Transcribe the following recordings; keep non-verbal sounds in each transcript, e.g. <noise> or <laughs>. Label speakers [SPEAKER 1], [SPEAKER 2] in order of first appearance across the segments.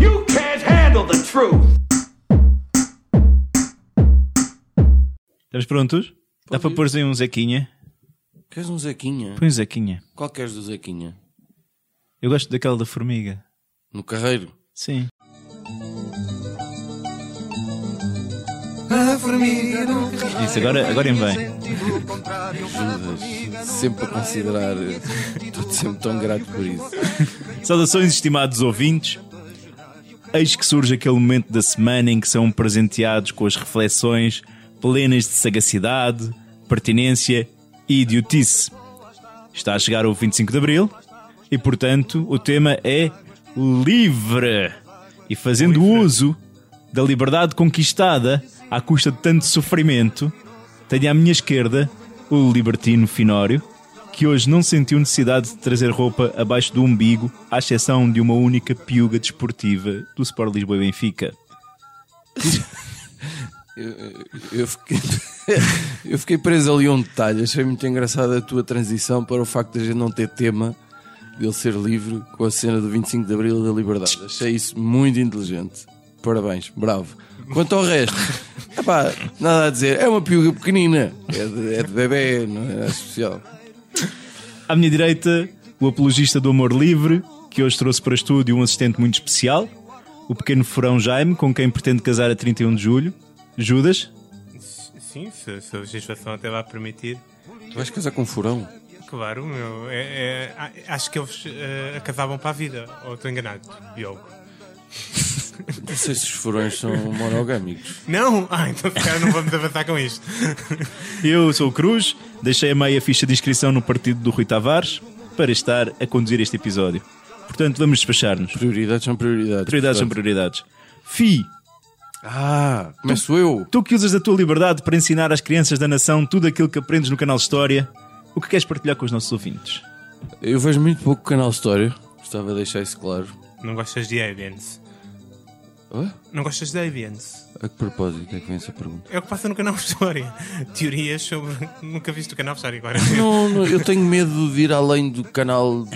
[SPEAKER 1] You can't handle the truth.
[SPEAKER 2] Estamos prontos? Dá para pôr aí um Zequinha?
[SPEAKER 3] Queres um Zequinha?
[SPEAKER 2] Põe um Zequinha.
[SPEAKER 3] Qual queres do Zequinha?
[SPEAKER 2] Eu gosto daquela da formiga.
[SPEAKER 3] No carreiro.
[SPEAKER 2] Sim. Isso, agora, agora em bem.
[SPEAKER 3] Judas, sempre a considerar. Estou sempre tão grato por isso.
[SPEAKER 2] Saudações, estimados ouvintes. Eis que surge aquele momento da semana em que são presenteados com as reflexões plenas de sagacidade, pertinência e idiotice. Está a chegar o 25 de Abril e, portanto, o tema é livre. E fazendo uso da liberdade conquistada à custa de tanto sofrimento, tenho à minha esquerda o libertino Finório, que hoje não sentiu necessidade de trazer roupa abaixo do umbigo, à exceção de uma única piuga desportiva do Sport Lisboa e Benfica.
[SPEAKER 3] Eu, eu- eu fiquei, <laughs> eu fiquei preso ali a um detalhe. Achei muito engraçada a tua transição para o facto de a gente não ter tema, de ele ser livre com a cena do 25 de Abril e da Liberdade. Achei isso muito inteligente. Parabéns, bravo. Quanto ao resto, <laughs> epá, nada a dizer. É uma piuga pequenina, é de, é de bebê, não é nada especial.
[SPEAKER 2] À minha direita, o apologista do amor livre, que hoje trouxe para estúdio um assistente muito especial, o pequeno furão Jaime, com quem pretende casar a 31 de julho. Judas,
[SPEAKER 4] Sim, se, se a legislação até vai permitir.
[SPEAKER 3] Tu vais casar com um furão?
[SPEAKER 4] Claro, meu. é- é- a- acho que eles eh, acasavam para a vida. Ou estou enganado, Diogo?
[SPEAKER 3] Não sei se os furões são monogâmicos.
[SPEAKER 4] Não! <laughs> Ah, então se calhar não vamos avançar com isto. <laughs>
[SPEAKER 2] eu sou o Cruz, deixei a meia ficha de inscrição no partido do Rui Tavares para estar a conduzir este episódio. Portanto, vamos despachar-nos.
[SPEAKER 3] Prioridades são prioridades.
[SPEAKER 2] Prioridades são
[SPEAKER 3] portanto.
[SPEAKER 2] prioridades. Fi,
[SPEAKER 3] Ah, começo eu.
[SPEAKER 2] tu que usas a tua liberdade para ensinar às crianças da nação tudo aquilo que aprendes no canal História, o que queres partilhar com os nossos ouvintes?
[SPEAKER 3] Eu vejo muito pouco canal História. Gostava de deixar isso claro.
[SPEAKER 4] Não gostas de aliens?
[SPEAKER 3] Hã?
[SPEAKER 4] Não gostas de aliens?
[SPEAKER 3] A que propósito é que vem essa pergunta?
[SPEAKER 4] É o que passa no canal <laughs> História. Teorias sobre. <laughs> Nunca viste o canal História agora. <laughs>
[SPEAKER 3] Não, não, eu tenho medo de ir além do canal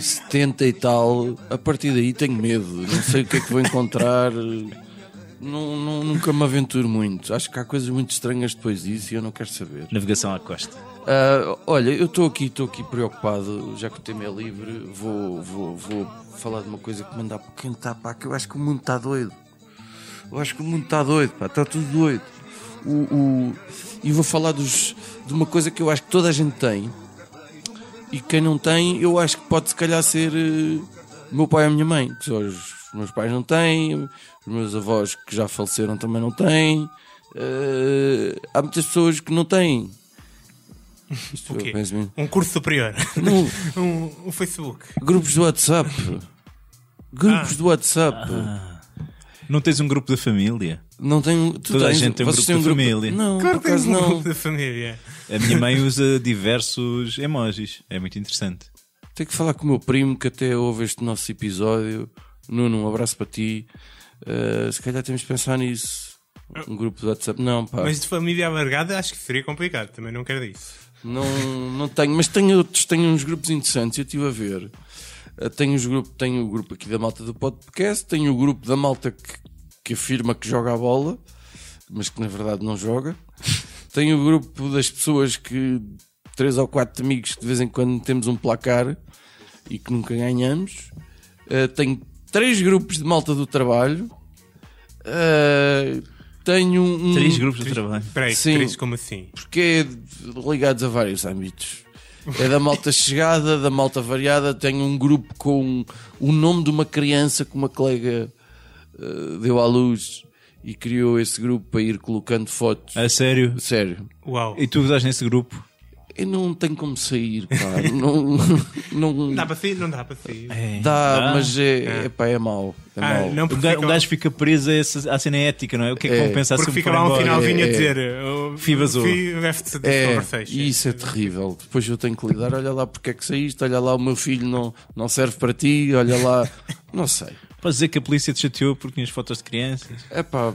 [SPEAKER 3] 70 e tal. A partir daí tenho medo. Não sei o que é que vou encontrar. Não, não- nunca me aventuro muito. Acho que há coisas muito estranhas depois disso e eu não quero saber.
[SPEAKER 2] Navegação à costa.
[SPEAKER 3] Ah, olha, eu estou aqui, estou aqui preocupado, já que o tema é livre, vou, vou, vou falar de uma coisa que manda a cantar, pá, que eu acho que o mundo está doido. Eu acho que o mundo está doido, pá, está tudo doido. O, o- E vou falar dos, de uma coisa que eu acho que toda a gente tem, e quem não tem, eu acho que pode se calhar ser eh, o meu pai e a minha mãe, que só os meus pais não têm, os meus avós que já faleceram também não têm. eh, há muitas pessoas que
[SPEAKER 2] <laughs>
[SPEAKER 3] não têm. Isto
[SPEAKER 4] O quê?
[SPEAKER 3] eu penso mesmo.
[SPEAKER 4] Um curso superior.
[SPEAKER 3] Não,
[SPEAKER 4] <laughs> Um, um Facebook.
[SPEAKER 3] grupos do WhatsApp.
[SPEAKER 2] Ah.
[SPEAKER 3] Grupos do WhatsApp.
[SPEAKER 2] Não tens um grupo da família?
[SPEAKER 3] Não tenho. Tu
[SPEAKER 2] Toda a
[SPEAKER 3] tens,
[SPEAKER 2] gente tem um
[SPEAKER 3] vocês
[SPEAKER 2] grupo de
[SPEAKER 3] têm
[SPEAKER 2] família.
[SPEAKER 3] Não,
[SPEAKER 4] Claro
[SPEAKER 3] por acaso
[SPEAKER 4] um
[SPEAKER 3] não.
[SPEAKER 4] grupo da família.
[SPEAKER 2] A minha mãe usa diversos emojis. É muito interessante.
[SPEAKER 3] Tenho que falar com o meu primo que até ouve este nosso episódio. Nuno, um abraço para ti. Uh, se calhar temos de pensar nisso. Um grupo do WhatsApp. Não, pá.
[SPEAKER 4] Mas de família alargada acho que seria complicado. Também não quero isso.
[SPEAKER 3] Não, não tenho. Mas tenho outros. Tenho uns grupos interessantes. Eu estive a ver. Uh, tenho, os grupo, tenho o grupo aqui da malta do podcast. Tenho o grupo da malta que, que afirma que joga a bola, mas que na verdade não joga. Tenho o grupo das pessoas que. Três ou quatro amigos que de vez em quando temos um placar. e que nunca ganhamos. Uh, tenho três grupos de malta do trabalho. Uh, tenho um.
[SPEAKER 2] Hum. Três grupos de trabalho.
[SPEAKER 4] Peraí,
[SPEAKER 3] Sim.
[SPEAKER 4] três como assim?
[SPEAKER 3] Porque é ligados a vários âmbitos. É da malta <laughs> chegada, da malta variada. Tenho um grupo com o nome de uma criança que uma colega uh, deu à luz e criou esse grupo para ir colocando fotos.
[SPEAKER 2] A sério?
[SPEAKER 3] Sério.
[SPEAKER 4] Uau.
[SPEAKER 2] E tu estás nesse grupo?
[SPEAKER 3] Eu não tenho como sair, pá. não, não,
[SPEAKER 4] Dá para sair? Não dá para sair.
[SPEAKER 3] É, dá,
[SPEAKER 2] Dá?
[SPEAKER 3] mas é, é. pá, é mau. É
[SPEAKER 4] Ah,
[SPEAKER 3] mau.
[SPEAKER 4] não
[SPEAKER 2] O
[SPEAKER 4] porque
[SPEAKER 2] gajo,
[SPEAKER 4] fica-
[SPEAKER 2] o gajo fica preso a essa, à cena ética, não é? O que é que
[SPEAKER 3] É,
[SPEAKER 2] vão pensar se
[SPEAKER 4] Porque
[SPEAKER 2] eu
[SPEAKER 4] fica
[SPEAKER 2] for
[SPEAKER 4] lá um
[SPEAKER 2] embora?
[SPEAKER 4] finalzinho
[SPEAKER 3] É,
[SPEAKER 4] a
[SPEAKER 3] é.
[SPEAKER 4] dizer "Oh,
[SPEAKER 2] Fui vazou.
[SPEAKER 4] FI
[SPEAKER 3] É,
[SPEAKER 4] conversation.
[SPEAKER 3] isso é terrível. Depois eu tenho que <laughs> lidar. Olha lá porque é que saíste, olha lá o meu filho não, não serve para ti, olha lá. Não sei.
[SPEAKER 2] Podes dizer que a polícia te chateou porque tinhas fotos de crianças.
[SPEAKER 3] É pá,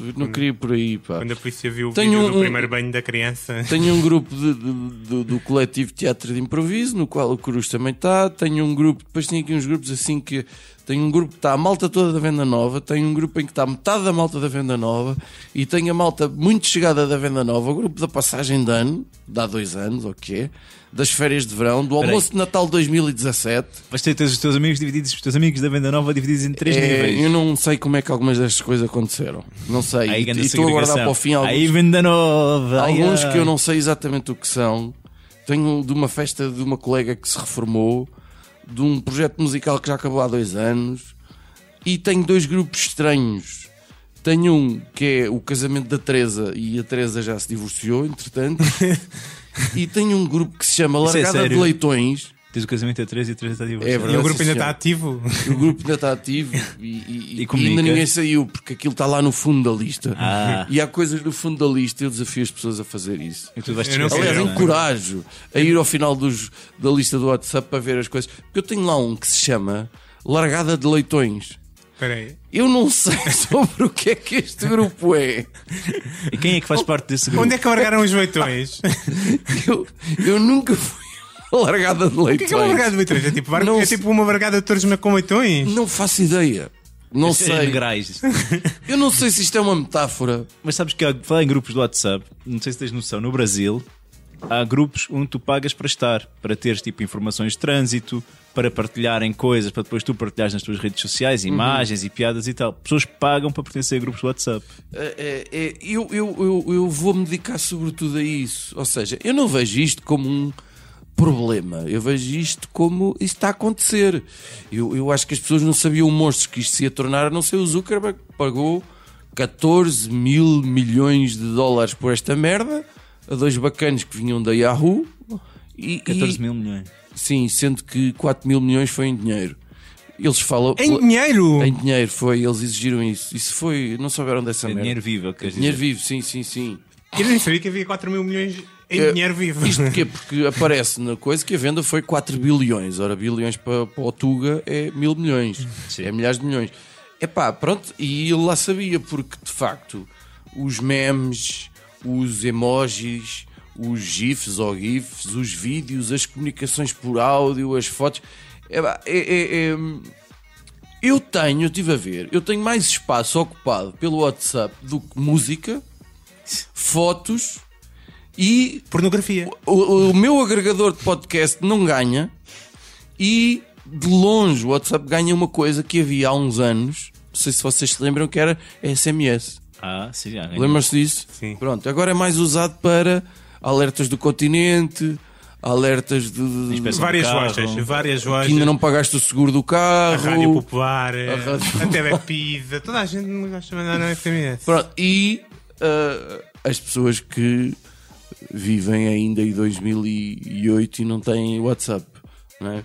[SPEAKER 3] eu não queria ir por aí, pá.
[SPEAKER 4] Quando a polícia viu o
[SPEAKER 3] Tenho
[SPEAKER 4] vídeo do
[SPEAKER 3] um-
[SPEAKER 4] primeiro banho da <laughs> criança.
[SPEAKER 3] Tenho um grupo de- de- do, do coletivo Teatro de Improviso, no qual o Cruz também está. Tenho um grupo, depois tenho aqui uns grupos assim que. Tenho um grupo que está a malta toda da venda nova, tenho um grupo em que está metade da malta da venda nova e tenho a malta muito chegada da venda nova, o grupo da passagem de ano, de há dois anos, ou que é, das férias de verão, do almoço de Natal 2017.
[SPEAKER 2] Mas tu tens os teus amigos divididos, os teus amigos da venda nova divididos em três
[SPEAKER 3] É,
[SPEAKER 2] níveis.
[SPEAKER 3] eu não sei como é que algumas destas coisas aconteceram. Não sei.
[SPEAKER 2] Aí
[SPEAKER 3] e
[SPEAKER 2] grande
[SPEAKER 3] e estou a guardar
[SPEAKER 2] segregação.
[SPEAKER 3] para o fim alguns
[SPEAKER 2] Aí venda nova. ai,
[SPEAKER 3] alguns
[SPEAKER 2] ai.
[SPEAKER 3] que eu não sei exatamente o que são. Tenho de uma festa de uma colega que se reformou, de um projeto musical que já acabou há dois anos, e tenho dois grupos estranhos. Tenho um que é o casamento da Teresa, e a Teresa já se
[SPEAKER 2] <laughs>
[SPEAKER 3] divorciou, entretanto. e tenho um grupo que se chama
[SPEAKER 2] Isso é
[SPEAKER 3] Largada de
[SPEAKER 2] sério?
[SPEAKER 3] Leitões.
[SPEAKER 2] Tens o casamento a três e três a
[SPEAKER 3] É
[SPEAKER 2] divorciado.
[SPEAKER 4] E o
[SPEAKER 3] verdade,
[SPEAKER 4] grupo ainda
[SPEAKER 3] sim,
[SPEAKER 4] está ativo.
[SPEAKER 3] <laughs> O grupo ainda
[SPEAKER 2] <laughs>
[SPEAKER 3] está ativo e, e-
[SPEAKER 2] E
[SPEAKER 3] e
[SPEAKER 2] comunica.
[SPEAKER 3] ainda ninguém saiu, porque aquilo está lá no fundo da lista.
[SPEAKER 2] Ah.
[SPEAKER 3] E há coisas no fundo da lista e eu desafio as pessoas a fazer isso.
[SPEAKER 2] E tu vais-te
[SPEAKER 4] Eu não
[SPEAKER 2] esquecer,
[SPEAKER 3] Aliás, um
[SPEAKER 4] Sim,
[SPEAKER 2] não é?
[SPEAKER 3] encorajo a ir ao final dos- da lista do WhatsApp para ver as coisas. Porque eu tenho lá um que se chama Largada de Leitões.
[SPEAKER 4] Espera aí.
[SPEAKER 3] Eu não sei <laughs> sobre o que é que este grupo é.
[SPEAKER 2] E quem é que
[SPEAKER 3] Oh,
[SPEAKER 2] faz parte desse grupo?
[SPEAKER 4] Onde é que largaram
[SPEAKER 3] <laughs>
[SPEAKER 4] os leitões?
[SPEAKER 3] Eu, eu nunca fui a uma largada de
[SPEAKER 4] O que é que é uma
[SPEAKER 3] leitões.
[SPEAKER 4] vergada de leitões? É tipo, bar-
[SPEAKER 3] Não
[SPEAKER 4] é
[SPEAKER 3] se-
[SPEAKER 4] tipo uma vergada de touros mas com leitões?
[SPEAKER 3] Não faço ideia. Não
[SPEAKER 2] Isso é
[SPEAKER 3] sei.
[SPEAKER 2] negrais.
[SPEAKER 3] Eu não sei se isto é uma metáfora.
[SPEAKER 2] Mas sabes que há- falar em grupos do WhatsApp, não sei se tens noção, no Brasil há grupos onde tu pagas para estar, para teres tipo informações de trânsito, para partilharem coisas, para depois tu partilhares nas tuas redes sociais,
[SPEAKER 3] Uhum.
[SPEAKER 2] imagens e piadas e tal. Pessoas pagam para pertencer a grupos do WhatsApp.
[SPEAKER 3] É, é, é, eu, eu, eu, eu vou me dedicar sobretudo a isso. Ou seja, eu não vejo isto como um problema. Eu vejo isto como isto está a acontecer. Eu, eu acho que as pessoas não sabiam o monstro que isto se ia tornar, a não ser o Zuckerberg que pagou 14 mil milhões de dólares por esta merda a dois bacanos que vinham da Yahoo. E,
[SPEAKER 2] 14
[SPEAKER 3] e-
[SPEAKER 2] mil milhões. É
[SPEAKER 3] Sim, sendo que 4 mil milhões foi em dinheiro. Eles falam.
[SPEAKER 4] Em dinheiro?
[SPEAKER 3] Em dinheiro foi, eles exigiram isso. Isso foi, não souberam dessa
[SPEAKER 2] É
[SPEAKER 3] merda.
[SPEAKER 2] dinheiro vivo, queres
[SPEAKER 3] Dinheiro
[SPEAKER 2] dizer?
[SPEAKER 3] vivo, sim, sim, sim.
[SPEAKER 4] Eu nem sabia que havia 4 mil milhões em
[SPEAKER 3] É,
[SPEAKER 4] dinheiro vivo.
[SPEAKER 3] Isto porquê? Porque aparece na coisa que a venda foi 4 bilhões. Ora, bilhões para, para o Tuga é mil milhões. É milhares de milhões. É pá, pronto. E ele lá sabia, porque de facto os memes, os emojis, os gifs ou gifs, os vídeos, as comunicações por áudio, as fotos. É pá, é- é- é, eu tenho, eu estive a ver, eu tenho mais espaço ocupado pelo WhatsApp do que música, fotos e
[SPEAKER 4] <laughs> Pornografia.
[SPEAKER 3] o, o meu agregador de podcast não ganha e de longe o WhatsApp ganha uma coisa que havia há uns anos, não sei se vocês se lembram, que era SMS.
[SPEAKER 2] Ah, sim, já.
[SPEAKER 3] Lembram-se disso?
[SPEAKER 4] Sim.
[SPEAKER 3] Pronto, agora é mais usado para alertas do continente, alertas de. de-
[SPEAKER 2] Inspeção.
[SPEAKER 4] Várias
[SPEAKER 2] carro.
[SPEAKER 4] lojas, várias
[SPEAKER 3] é um que ainda
[SPEAKER 4] lojas.
[SPEAKER 3] não pagaste o seguro do
[SPEAKER 4] A Rádio
[SPEAKER 3] carro.
[SPEAKER 4] Popular,
[SPEAKER 3] Rádio
[SPEAKER 4] a TV Pisa, toda a gente me gosta de mandar na SMS.
[SPEAKER 3] Pronto, e ah, as pessoas que vivem ainda em 2008 e não têm WhatsApp, não é?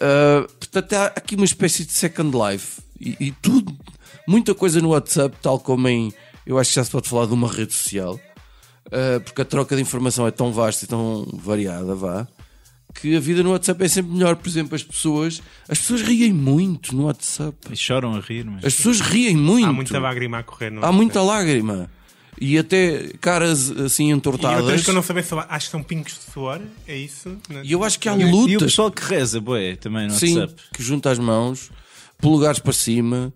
[SPEAKER 3] Ah, portanto, há aqui uma espécie de second life e, e tudo, muita coisa no WhatsApp, tal como em. Eu acho que já se pode falar de uma rede social, ah, porque a troca de informação é tão vasta e tão variada, vá. Que a vida no WhatsApp é sempre melhor, por exemplo, as pessoas. As pessoas riem muito no WhatsApp.
[SPEAKER 2] E choram a rir, mas.
[SPEAKER 3] As pessoas riem muito.
[SPEAKER 4] Há muita lágrima a correr. Não
[SPEAKER 3] Há muita lágrima. E até caras assim
[SPEAKER 4] E outras
[SPEAKER 3] entortadas.
[SPEAKER 4] que eu não sabia, se- acho que são pingos de suor, é isso?
[SPEAKER 3] E eu acho que há
[SPEAKER 2] E o
[SPEAKER 3] lutas
[SPEAKER 2] pessoal que reza, boé, também no
[SPEAKER 3] sim,
[SPEAKER 2] WhatsApp.
[SPEAKER 3] que junta as mãos, polegares para cima.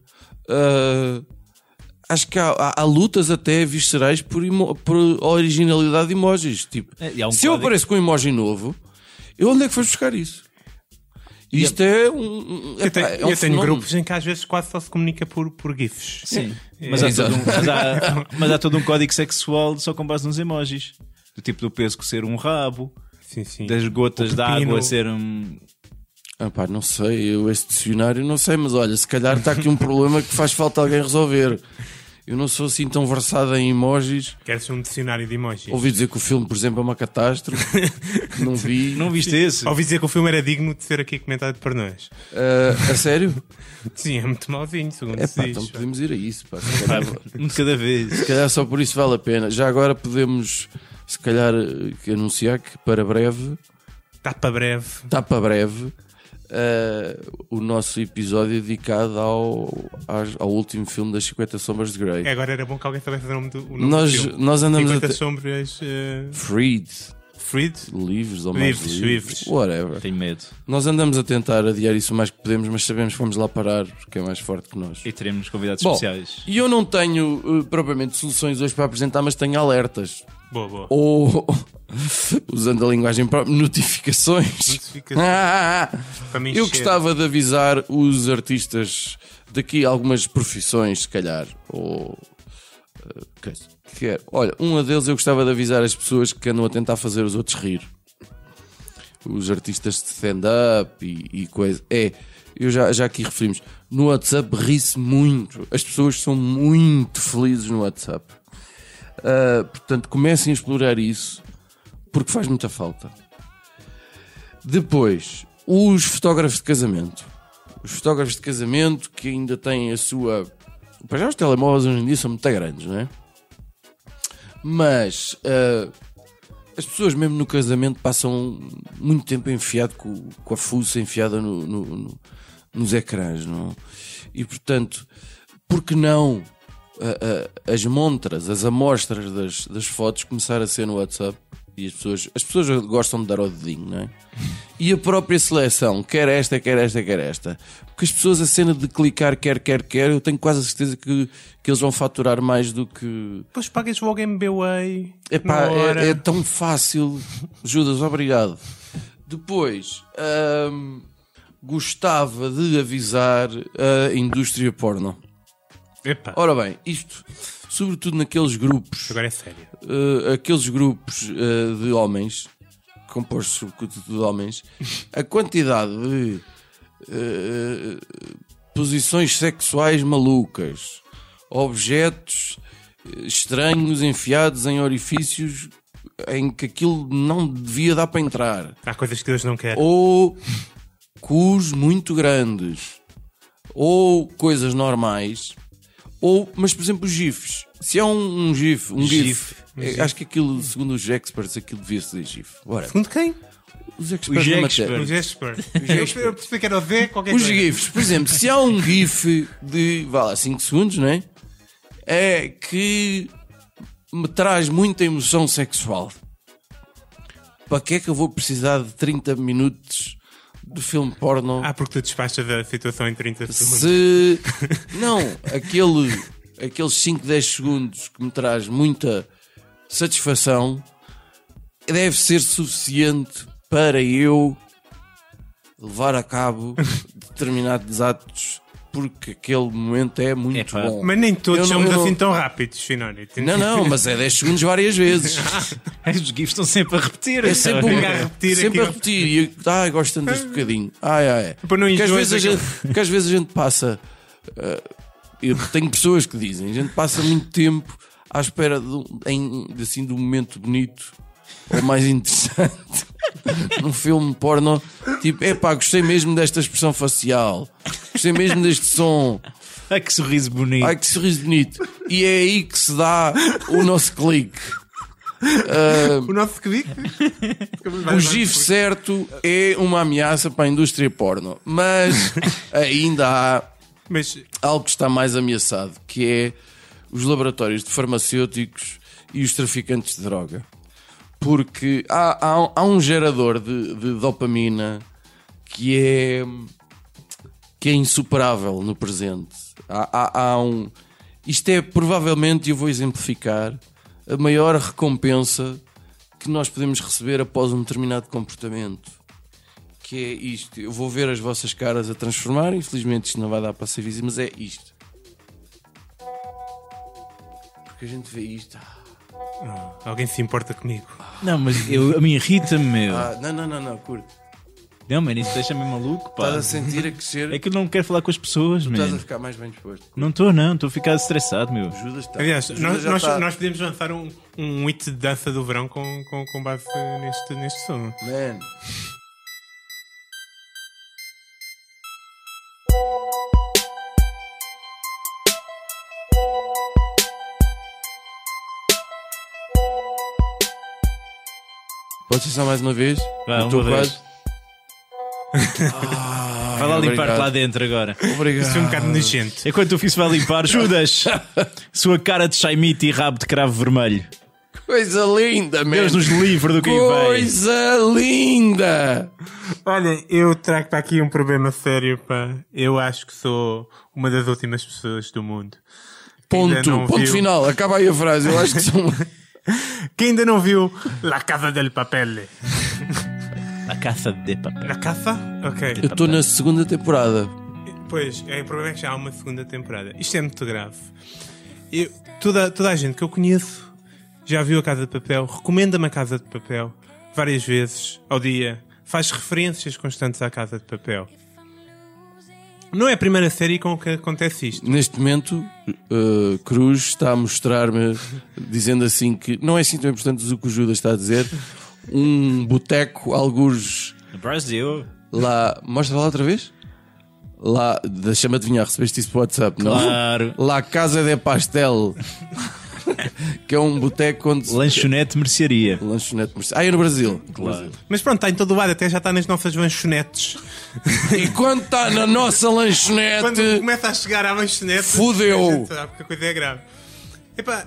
[SPEAKER 3] ah, acho que há, há- há lutas até viscerais por, emo- por originalidade de emojis. Tipo,
[SPEAKER 2] É, e há um
[SPEAKER 3] se eu
[SPEAKER 2] código.
[SPEAKER 3] apareço com um emoji novo, eu onde é que foi buscar isso? Isto é um. um-
[SPEAKER 4] Eu
[SPEAKER 3] epá,
[SPEAKER 4] tenho,
[SPEAKER 3] é um
[SPEAKER 4] eu tenho
[SPEAKER 3] fenómeno.
[SPEAKER 4] grupos em que às vezes quase só se comunica por, por GIFs.
[SPEAKER 2] Sim, mas, há
[SPEAKER 3] É. Exato.
[SPEAKER 2] todo um, mas, há,
[SPEAKER 3] <laughs>
[SPEAKER 2] mas há todo um código sexual só com base nos emojis. Do tipo do pesco ser um rabo,
[SPEAKER 4] Sim, sim.
[SPEAKER 2] das gotas
[SPEAKER 4] O
[SPEAKER 2] de água
[SPEAKER 4] pepino.
[SPEAKER 2] ser um.
[SPEAKER 3] Ah, pá, não sei, eu este dicionário não sei, mas olha, se calhar está aqui um <laughs> problema que faz falta alguém resolver. Eu não sou assim tão versado em emojis.
[SPEAKER 4] Queres um dicionário de emojis? Ouvi...
[SPEAKER 3] Ouvi dizer que o filme, por exemplo, é uma
[SPEAKER 4] <laughs>
[SPEAKER 3] catástrofe. não vi.
[SPEAKER 2] Não viste esse?
[SPEAKER 4] dizer que o filme era digno de ser aqui comentado por nós.
[SPEAKER 3] Ah, a sério?
[SPEAKER 4] Sim, é muito malzinho, segundo
[SPEAKER 3] É
[SPEAKER 4] se
[SPEAKER 3] pá,
[SPEAKER 4] diz.
[SPEAKER 3] então podemos ir a isso. Pá.
[SPEAKER 4] <laughs>
[SPEAKER 3] Se, calhar,
[SPEAKER 2] Um de cada vez.
[SPEAKER 3] se calhar só por isso vale a pena. Já agora podemos, se calhar, eh, anunciar que para breve,
[SPEAKER 4] Está para breve.
[SPEAKER 3] está para breve, eh, o nosso episódio é dedicado ao, às- ao último filme das 50 Sombras de Grey.
[SPEAKER 4] É, Agora era bom que alguém soubesse o nome do, o nome do
[SPEAKER 3] nós,
[SPEAKER 4] filme.
[SPEAKER 3] nós andamos
[SPEAKER 4] 50
[SPEAKER 3] até.
[SPEAKER 4] sombras eh,
[SPEAKER 3] Freed,
[SPEAKER 4] Freed?
[SPEAKER 3] livros ou mais
[SPEAKER 4] Livres, livres.
[SPEAKER 3] Whatever.
[SPEAKER 2] Tenho medo.
[SPEAKER 3] Nós andamos a tentar adiar isso o mais que podemos, mas sabemos que vamos lá parar porque é mais forte que nós.
[SPEAKER 2] E teremos convidados
[SPEAKER 3] Bom,
[SPEAKER 2] especiais.
[SPEAKER 3] e eu não tenho eh, propriamente soluções hoje para apresentar, mas tenho alertas.
[SPEAKER 4] Boa, boa.
[SPEAKER 3] Ou, <laughs> usando a linguagem própria, notificações. <laughs>
[SPEAKER 4] <laughs> Notificações.
[SPEAKER 3] Ah, ah, ah.
[SPEAKER 4] Para me
[SPEAKER 3] eu
[SPEAKER 4] encher.
[SPEAKER 3] gostava de avisar os artistas daqui a algumas profissões, se calhar, ou eh, coisa que quer. Olha, um deles eu gostava de avisar as pessoas que andam a tentar fazer os outros rir. Os artistas de stand-up e, e coisa. É, eu já, já aqui referimos. No WhatsApp ri-se muito. As pessoas são muito felizes no WhatsApp. Ah, portanto, comecem a explorar isso porque faz muita falta. Depois, os fotógrafos de casamento. Os fotógrafos de casamento que ainda têm a sua. Para já, os telemóveis hoje em dia são muito grandes, não é? Mas ah, as pessoas, mesmo no casamento, passam muito tempo enfiado com, com a fuça enfiada no- no- no- nos ecrãs, não? E portanto, por que não a- a- as montras, as amostras das, das fotos começar a ser no WhatsApp? E as pessoas, as pessoas gostam de dar ao dedinho, não é? E a própria seleção, quer esta, quer esta, quer esta. Porque as pessoas, a cena de clicar quer, quer, quer, eu tenho quase a certeza que, que eles vão faturar mais do que,
[SPEAKER 4] Depois pagas logo MBWay.
[SPEAKER 3] Epá,
[SPEAKER 4] na hora.
[SPEAKER 3] é, é tão fácil. Judas, obrigado. Depois, hum, gostava de avisar a indústria porno.
[SPEAKER 4] Epá,
[SPEAKER 3] Ora bem, isto, sobretudo naqueles grupos,
[SPEAKER 4] agora é sério.
[SPEAKER 3] eh, aqueles grupos eh, de homens, compostos sobretudo de homens, a quantidade de eh, posições sexuais malucas, objetos eh, estranhos enfiados em orifícios em que aquilo não devia dar para entrar
[SPEAKER 4] Há coisas que Deus não quer.
[SPEAKER 3] ou cus muito grandes, ou coisas normais, ou, mas por exemplo, os GIFs. Se é um, um GIF, um GIF, é, acho que aquilo, segundo os experts, aquilo devia ser GIF. Bora,
[SPEAKER 4] Segundo quem?
[SPEAKER 3] os experts na matéria.
[SPEAKER 4] O Jesper. Eu eu percebi que era o D, qualquer
[SPEAKER 3] Os
[SPEAKER 4] coisa.
[SPEAKER 3] GIFs, por exemplo, se há um GIF de, vá lá, 5 segundos, não é? É que me traz muita emoção sexual. Para que é que eu vou precisar de 30 minutos de filme porno?
[SPEAKER 4] Ah, porque tu despachas a situação em 30 segundos.
[SPEAKER 3] Se. Não,
[SPEAKER 4] <laughs>
[SPEAKER 3] aquele, aqueles 5, 10 segundos que me traz muita satisfação deve ser suficiente para eu levar a
[SPEAKER 4] <laughs>
[SPEAKER 3] cabo determinados atos, porque aquele momento é muito
[SPEAKER 2] Epá.
[SPEAKER 3] bom.
[SPEAKER 4] Mas nem todos
[SPEAKER 3] Eu não-
[SPEAKER 4] somos
[SPEAKER 3] eu não-
[SPEAKER 4] assim tão rápidos, Finório.
[SPEAKER 3] Não, não, mas é 10 segundos várias vezes.
[SPEAKER 2] Os GIFs estão sempre a repetir.
[SPEAKER 3] É sempre, um-
[SPEAKER 4] Fica a repetir
[SPEAKER 3] sempre
[SPEAKER 4] aquilo.
[SPEAKER 3] a repetir. E eu, ah, eu gosto tanto deste bocadinho. Ai, ai.
[SPEAKER 4] Para não
[SPEAKER 3] que, às
[SPEAKER 4] enjoes
[SPEAKER 3] vezes a
[SPEAKER 4] aquilo.
[SPEAKER 3] gente, que às vezes a gente passa. ah, eu tenho pessoas que dizem, a gente passa muito tempo à espera de, um- em, assim, de um momento bonito ou mais interessante <laughs> num filme porno. Tipo, epá, gostei mesmo desta expressão facial, gostei mesmo deste som,
[SPEAKER 2] Ai que sorriso bonito.
[SPEAKER 3] ai que sorriso bonito. E é aí que se dá o nosso clique.
[SPEAKER 4] O nosso clique.
[SPEAKER 3] O GIF certo é uma ameaça para a indústria porno, mas ainda há
[SPEAKER 4] Mas
[SPEAKER 3] algo que está mais ameaçado, que é os laboratórios de farmacêuticos e os traficantes de droga. Porque há, há um- há um gerador de, de dopamina que é, que é insuperável no presente. Há, há- há um, isto é provavelmente, e eu vou exemplificar, a maior recompensa que nós podemos receber após um determinado comportamento que é isto. Eu vou ver as vossas caras a transformar. Infelizmente isto não vai dar para ser visível, mas é isto. Porque a gente vê isto.
[SPEAKER 4] Ah, alguém se importa comigo.
[SPEAKER 2] Não, mas eu, a mim irrita-me, meu.
[SPEAKER 3] Ah, não, não, não, não, curto.
[SPEAKER 2] Não, mano, isso deixa-me maluco, pá.
[SPEAKER 3] Estás a sentir a crescer.
[SPEAKER 2] É que eu não quero falar com as pessoas,
[SPEAKER 3] Estás a
[SPEAKER 2] mano.
[SPEAKER 3] ficar mais bem disposto.
[SPEAKER 2] Não estou, não. Estou a ficar estressado, meu.
[SPEAKER 3] Judas está.
[SPEAKER 4] Aliás,
[SPEAKER 3] Judas
[SPEAKER 4] nós,
[SPEAKER 3] já
[SPEAKER 4] nós,
[SPEAKER 3] está.
[SPEAKER 4] nós podemos lançar um, um hit de dança do verão com, com, com base neste, neste som.
[SPEAKER 3] Man. Pode ser só mais uma vez?
[SPEAKER 2] Vá,
[SPEAKER 3] Eu tô
[SPEAKER 2] uma vez.
[SPEAKER 3] quase.
[SPEAKER 2] Vai lá limpar-te
[SPEAKER 3] Ah, obrigado.
[SPEAKER 2] lá dentro é agora.
[SPEAKER 4] Isso foi um
[SPEAKER 3] Obrigado.
[SPEAKER 4] bocado nojento.
[SPEAKER 2] Enquanto o Fiz vai
[SPEAKER 3] <laughs>
[SPEAKER 2] limpar, Judas, sua cara de chaimite e rabo de cravo vermelho.
[SPEAKER 3] Coisa linda, meu.
[SPEAKER 2] Deus nos livre do que aí vem.
[SPEAKER 3] Coisa linda!
[SPEAKER 4] Olha, eu trago para aqui um problema sério, pá. Eu acho que sou uma das últimas pessoas do mundo. que ainda
[SPEAKER 3] Ponto,
[SPEAKER 4] não
[SPEAKER 3] ponto
[SPEAKER 4] viu-
[SPEAKER 3] final. Acaba aí a frase. Eu acho
[SPEAKER 2] <laughs>
[SPEAKER 3] que são.
[SPEAKER 4] Que ainda não viu La Casa del Papel.
[SPEAKER 2] A caça de papel.
[SPEAKER 4] La Casa? Ok.
[SPEAKER 3] Eu estou na segunda temporada.
[SPEAKER 4] Pois, é, o problema é que já há uma segunda temporada. Isto é muito grave. Eu, toda, toda a gente que eu conheço já viu a Casa de Papel, recomenda-me a Casa de Papel várias vezes ao dia, faz referências constantes à Casa de Papel. Não é a primeira série com que acontece isto.
[SPEAKER 3] Neste momento, uh, Cruz está a mostrar-me, dizendo assim que não é assim tão importante o que o Judas está a dizer. Um boteco, alguns
[SPEAKER 2] No Brasil.
[SPEAKER 3] lá. Mostra lá outra vez? Lá, deixa-me adivinhar, recebeste isso para WhatsApp, não?
[SPEAKER 2] Claro.
[SPEAKER 3] La Casa de Pastel, <laughs> que é um boteco onde. se-
[SPEAKER 2] Lanchonete mercearia.
[SPEAKER 3] Lanchonete comercial. Ah, é no Brasil.
[SPEAKER 2] Claro.
[SPEAKER 4] Mas pronto, está em todo lado, até já está nas nossas lanchonetes.
[SPEAKER 3] E quando está na nossa
[SPEAKER 4] Quando
[SPEAKER 3] lanchonete.
[SPEAKER 4] começa a chegar à lanchonete,
[SPEAKER 3] Fudeu.
[SPEAKER 4] a gente sabe que a coisa é grave. Epá,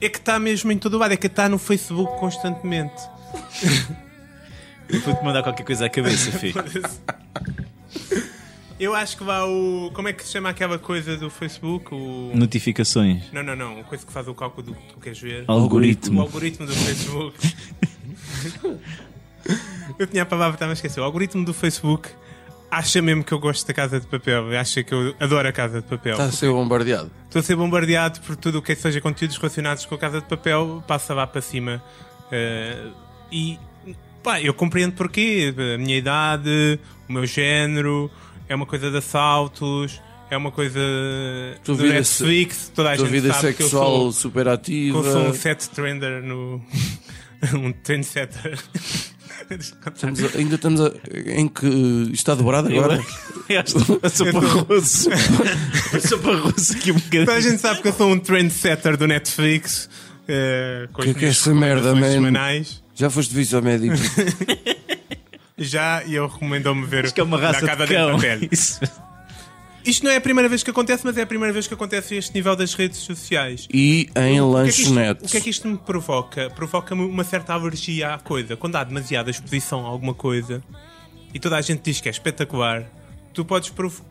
[SPEAKER 4] é que está mesmo em todo lado, é que está no Facebook constantemente.
[SPEAKER 2] Vou-te mandar qualquer coisa à cabeça, filho.
[SPEAKER 4] Eu acho que lá o. Como é que se chama aquela coisa do Facebook? O...
[SPEAKER 2] Notificações.
[SPEAKER 4] Não, não, não. A coisa que faz o cálculo do que tu queres ver. O
[SPEAKER 2] Algoritmo.
[SPEAKER 4] algoritmo do Facebook. eu tinha a palavra, estava a esquecer. O algoritmo do Facebook acha mesmo que eu gosto da casa de papel. Acha que eu adoro a casa de papel.
[SPEAKER 3] Está a ser bombardeado.
[SPEAKER 4] Estou a ser bombardeado por tudo o que seja conteúdos relacionados com a casa de papel, passa lá para cima. Eh, e pá, eu compreendo porquê. A minha idade, o meu género, é uma coisa de assaltos, é uma coisa
[SPEAKER 3] Tua
[SPEAKER 4] do
[SPEAKER 3] vida
[SPEAKER 4] Netflix, toda a
[SPEAKER 3] Tua
[SPEAKER 4] gente
[SPEAKER 3] vida
[SPEAKER 4] sabe que eu
[SPEAKER 3] sexual
[SPEAKER 4] sou,
[SPEAKER 3] super
[SPEAKER 4] que
[SPEAKER 3] ativa.
[SPEAKER 4] eu sou um set trender no. <laughs> um
[SPEAKER 3] <laughs>
[SPEAKER 4] trendsetter.
[SPEAKER 3] Estamos a- ainda estamos a, em que eh, está dobrado agora.
[SPEAKER 2] A sopa russo. A sopa russo aqui um
[SPEAKER 4] Toda a
[SPEAKER 2] bocadinho.
[SPEAKER 4] gente sabe que eu sou um trendsetter do Netflix. eh, com
[SPEAKER 3] Que
[SPEAKER 4] as
[SPEAKER 3] que é
[SPEAKER 4] minhas
[SPEAKER 3] essa merda,
[SPEAKER 4] recomendações
[SPEAKER 3] man?
[SPEAKER 4] semanais.
[SPEAKER 3] Já foste visto ao médico.
[SPEAKER 4] Já, e ele recomendou-me ver
[SPEAKER 2] Acho que é uma
[SPEAKER 4] na
[SPEAKER 2] raça
[SPEAKER 4] casa
[SPEAKER 2] de cão.
[SPEAKER 4] papel.
[SPEAKER 2] Isso.
[SPEAKER 4] Isto não é a primeira vez que acontece, mas é a primeira vez que acontece a este nível das redes sociais.
[SPEAKER 3] E em
[SPEAKER 4] O que, é que isto,
[SPEAKER 3] lanchonete.
[SPEAKER 4] o que é que isto me provoca? Provoca-me uma certa alergia à coisa. Quando há demasiada exposição a alguma coisa e toda a gente diz que é espetacular, tu podes provo-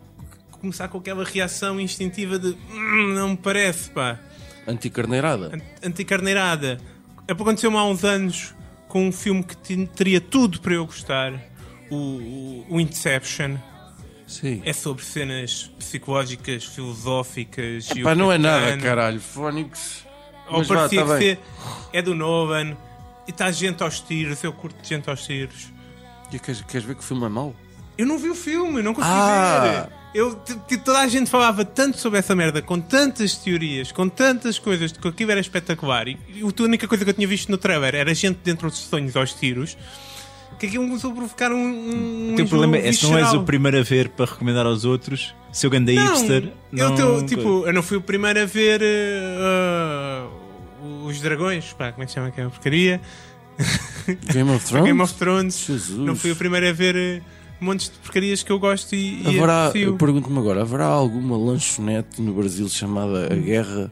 [SPEAKER 4] começar com aquela reação instintiva de "Hum, não me parece, pá.
[SPEAKER 3] Anticarneirada.
[SPEAKER 4] Ant- anticarneirada. Aconteceu-me há uns anos com um filme que tin- teria tudo para eu gostar, o- o- o Inception.
[SPEAKER 3] Sim.
[SPEAKER 4] É sobre cenas psicológicas, filosóficas e o
[SPEAKER 3] Pá, não é nada,
[SPEAKER 4] cotidiano.
[SPEAKER 3] caralho. Fónix.
[SPEAKER 4] Ou
[SPEAKER 3] Mas vá,
[SPEAKER 4] parecia
[SPEAKER 3] tá
[SPEAKER 4] que
[SPEAKER 3] bem.
[SPEAKER 4] ser- é do Nolan e está gente aos tiros, eu curto gente aos tiros.
[SPEAKER 3] E Queres, queres ver que o filme é mau?
[SPEAKER 4] Eu não vi o filme, não consegui
[SPEAKER 3] Ah.
[SPEAKER 4] ver. Eu, t- t- toda a gente falava tanto sobre essa merda, com tantas teorias, com tantas coisas, que aquilo era espetacular. E, e a única coisa que eu tinha visto no trailer era gente dentro dos sonhos aos tiros, que aquilo começou a provocar um. um
[SPEAKER 2] O teu
[SPEAKER 3] Tipo,
[SPEAKER 2] problema é se não és
[SPEAKER 4] visceral.
[SPEAKER 2] o primeiro a ver para recomendar aos outros, seu ganda hipster.
[SPEAKER 4] eu,
[SPEAKER 2] não-
[SPEAKER 4] tô- tipo, eu não fui o primeiro a ver eh, ah, os dragões, pá, como é que chama aquela porcaria?
[SPEAKER 3] Game of Thrones?
[SPEAKER 4] <laughs> Game of Thrones.
[SPEAKER 3] Jesus.
[SPEAKER 4] Não fui o primeiro a ver eh, montes de porcarias que eu gosto e, e
[SPEAKER 3] Haverá,
[SPEAKER 4] aprecio.
[SPEAKER 3] eu pergunto-me agora, haverá alguma lanchonete no Brasil chamada
[SPEAKER 4] Hum.
[SPEAKER 3] a Guerra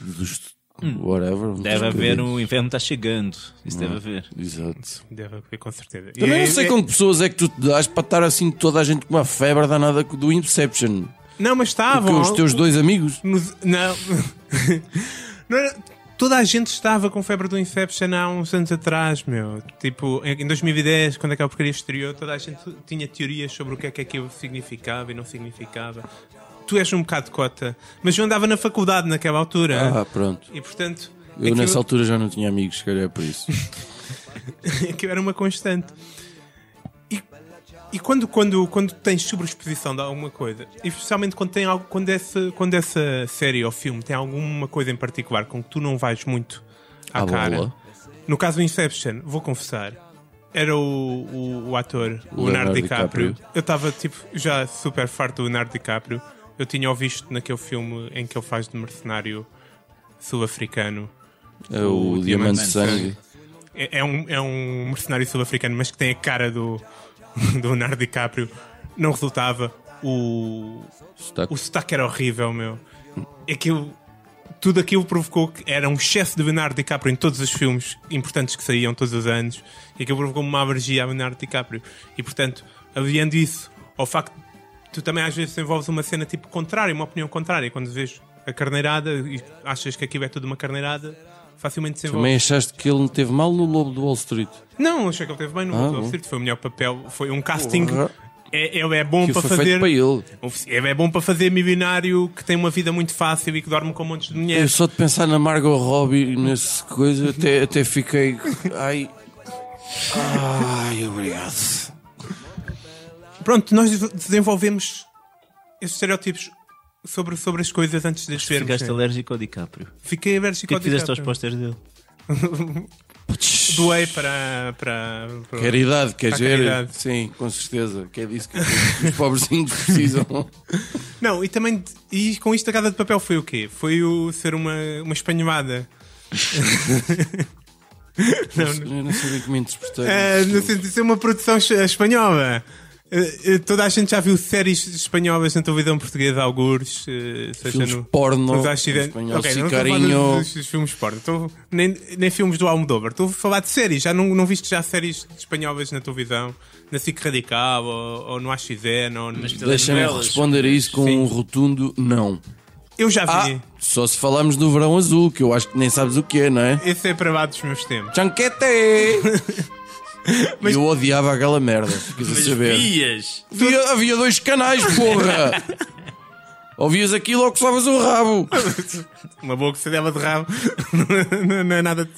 [SPEAKER 3] dos Whatever?
[SPEAKER 2] Deve haver um inverno está chegando. Isso deve haver.
[SPEAKER 3] Exato.
[SPEAKER 4] Deve haver, com certeza. E
[SPEAKER 3] Também
[SPEAKER 4] é-
[SPEAKER 3] não sei
[SPEAKER 4] é-
[SPEAKER 3] com que pessoas é que tu te dás para estar assim toda a gente com uma febre danada do Inception.
[SPEAKER 4] Não, mas
[SPEAKER 3] Com
[SPEAKER 4] estavam.
[SPEAKER 3] os teus dois amigos.
[SPEAKER 4] Nos- Não. <laughs> Não era- Toda a gente estava com febre do Inception há uns anos atrás, meu. Tipo, em em 2010, quando aquela porcaria estreou, toda a gente tinha teorias sobre o que é que aquilo significava e não significava. Tu és um bocado cota, mas eu andava na faculdade naquela altura.
[SPEAKER 3] Ah, pronto.
[SPEAKER 4] E portanto,
[SPEAKER 3] Eu
[SPEAKER 4] É. aquilo,
[SPEAKER 3] nessa altura já não tinha amigos, se calhar é por isso.
[SPEAKER 4] <laughs> aquilo era uma constante. E, e quando, quando, quando tens sobreexposição de alguma coisa, e especialmente quando, tem algo, quando, essa, quando essa série ou filme tem alguma coisa em particular com que tu não vais muito à,
[SPEAKER 3] À
[SPEAKER 4] cara.
[SPEAKER 3] bola.
[SPEAKER 4] No caso do Inception, vou confessar, era o, o, o ator, o
[SPEAKER 3] Leonardo
[SPEAKER 4] Leonardo DiCaprio.
[SPEAKER 3] DiCaprio.
[SPEAKER 4] Eu estava tipo, já super farto do Leonardo DiCaprio. Eu tinha o visto naquele filme em que ele faz de mercenário sul-africano.
[SPEAKER 3] É o Diamante de Sangue.
[SPEAKER 4] É, é um, é um mercenário sul-africano, mas que tem a cara do, <laughs> do Leonardo DiCaprio não resultava. O,
[SPEAKER 3] Sotaque.
[SPEAKER 4] o sotaque era horrível, meu. Aquilo, tudo aquilo provocou que era um excesso de Leonardo DiCaprio em todos os filmes importantes que saíam todos os anos. E aquilo provocou uma alergia a Leonardo DiCaprio. E, portanto, aliando isso ao facto de tu também às vezes desenvolves uma cena tipo contrária, uma opinião contrária. Quando vês a carneirada e achas que aquilo é tudo uma carneirada, facilmente desenvolves.
[SPEAKER 3] Também achaste que ele teve mal no Lobo do Wall Street.
[SPEAKER 4] Não, achei que ele teve bem no
[SPEAKER 3] Ah,
[SPEAKER 4] Lobo
[SPEAKER 3] bom.
[SPEAKER 4] do Street. Foi o melhor papel. Foi um casting.
[SPEAKER 3] Porra.
[SPEAKER 4] É, ele é bom
[SPEAKER 3] Que
[SPEAKER 4] para
[SPEAKER 3] foi feito
[SPEAKER 4] fazer.
[SPEAKER 3] para ele.
[SPEAKER 4] Ele é bom para fazer milionário que tem uma vida muito fácil e que dorme com montes de
[SPEAKER 3] Eu
[SPEAKER 4] dinheiro.
[SPEAKER 3] só de pensar na Margot Robbie nessa coisa, até, até fiquei. Ai. Ai, obrigado.
[SPEAKER 4] Pronto, nós desenvolvemos esses estereótipos sobre, sobre as coisas antes de as vermos.
[SPEAKER 2] Ficaste
[SPEAKER 4] né?
[SPEAKER 2] alérgico ao DiCaprio.
[SPEAKER 4] Fiquei alérgico
[SPEAKER 2] O que é que fizeste aos
[SPEAKER 4] DiCaprio.
[SPEAKER 2] posters dele?
[SPEAKER 4] Doei para. para, para-
[SPEAKER 3] Caridade, quer
[SPEAKER 4] Para
[SPEAKER 3] dizer?
[SPEAKER 4] caridade.
[SPEAKER 3] Sim, com certeza. Que é disso que os pobrezinhos precisam.
[SPEAKER 4] Não, e também. E com isto a Casa de Papel foi o quê? Foi o ser uma, uma espanholada.
[SPEAKER 3] Eu não sabia como interpretei.
[SPEAKER 4] É,
[SPEAKER 3] mas-
[SPEAKER 4] no sentido de ser uma produção es- espanhola. Eh, eh, Toda a gente já viu séries espanholas na televisão portuguesa, alguns, eh, seja
[SPEAKER 3] Filmes
[SPEAKER 4] no.
[SPEAKER 3] porno,
[SPEAKER 4] nos acidentes-
[SPEAKER 3] espanhol,
[SPEAKER 4] Ok, não estou a falar
[SPEAKER 3] Sicarinho.
[SPEAKER 4] dos, dos filmes porno, estou- nem, nem filmes do Almodóvar, estou a falar de séries. Já não, não viste já séries espanholas na televisão, na SIC Radical ou, ou no AXN? Ou no...
[SPEAKER 3] Deixa-me
[SPEAKER 2] Telenovelas.
[SPEAKER 3] responder a isso com um rotundo não.
[SPEAKER 4] Eu já
[SPEAKER 3] Ah,
[SPEAKER 4] vi.
[SPEAKER 3] só se falarmos do verão azul, que eu acho que nem sabes o que é, não é?
[SPEAKER 4] Esse é para lá dos meus tempos.
[SPEAKER 3] <laughs> Chanquete!
[SPEAKER 4] Mas-
[SPEAKER 3] Eu odiava aquela merda, ficas a saber.
[SPEAKER 2] Pias!
[SPEAKER 3] Havia, havia dois canais,
[SPEAKER 4] <laughs>
[SPEAKER 3] porra! Ouvias aquilo ou coçavas o rabo?
[SPEAKER 4] Uma boa que se dava de rabo. <laughs> não, não é nada de...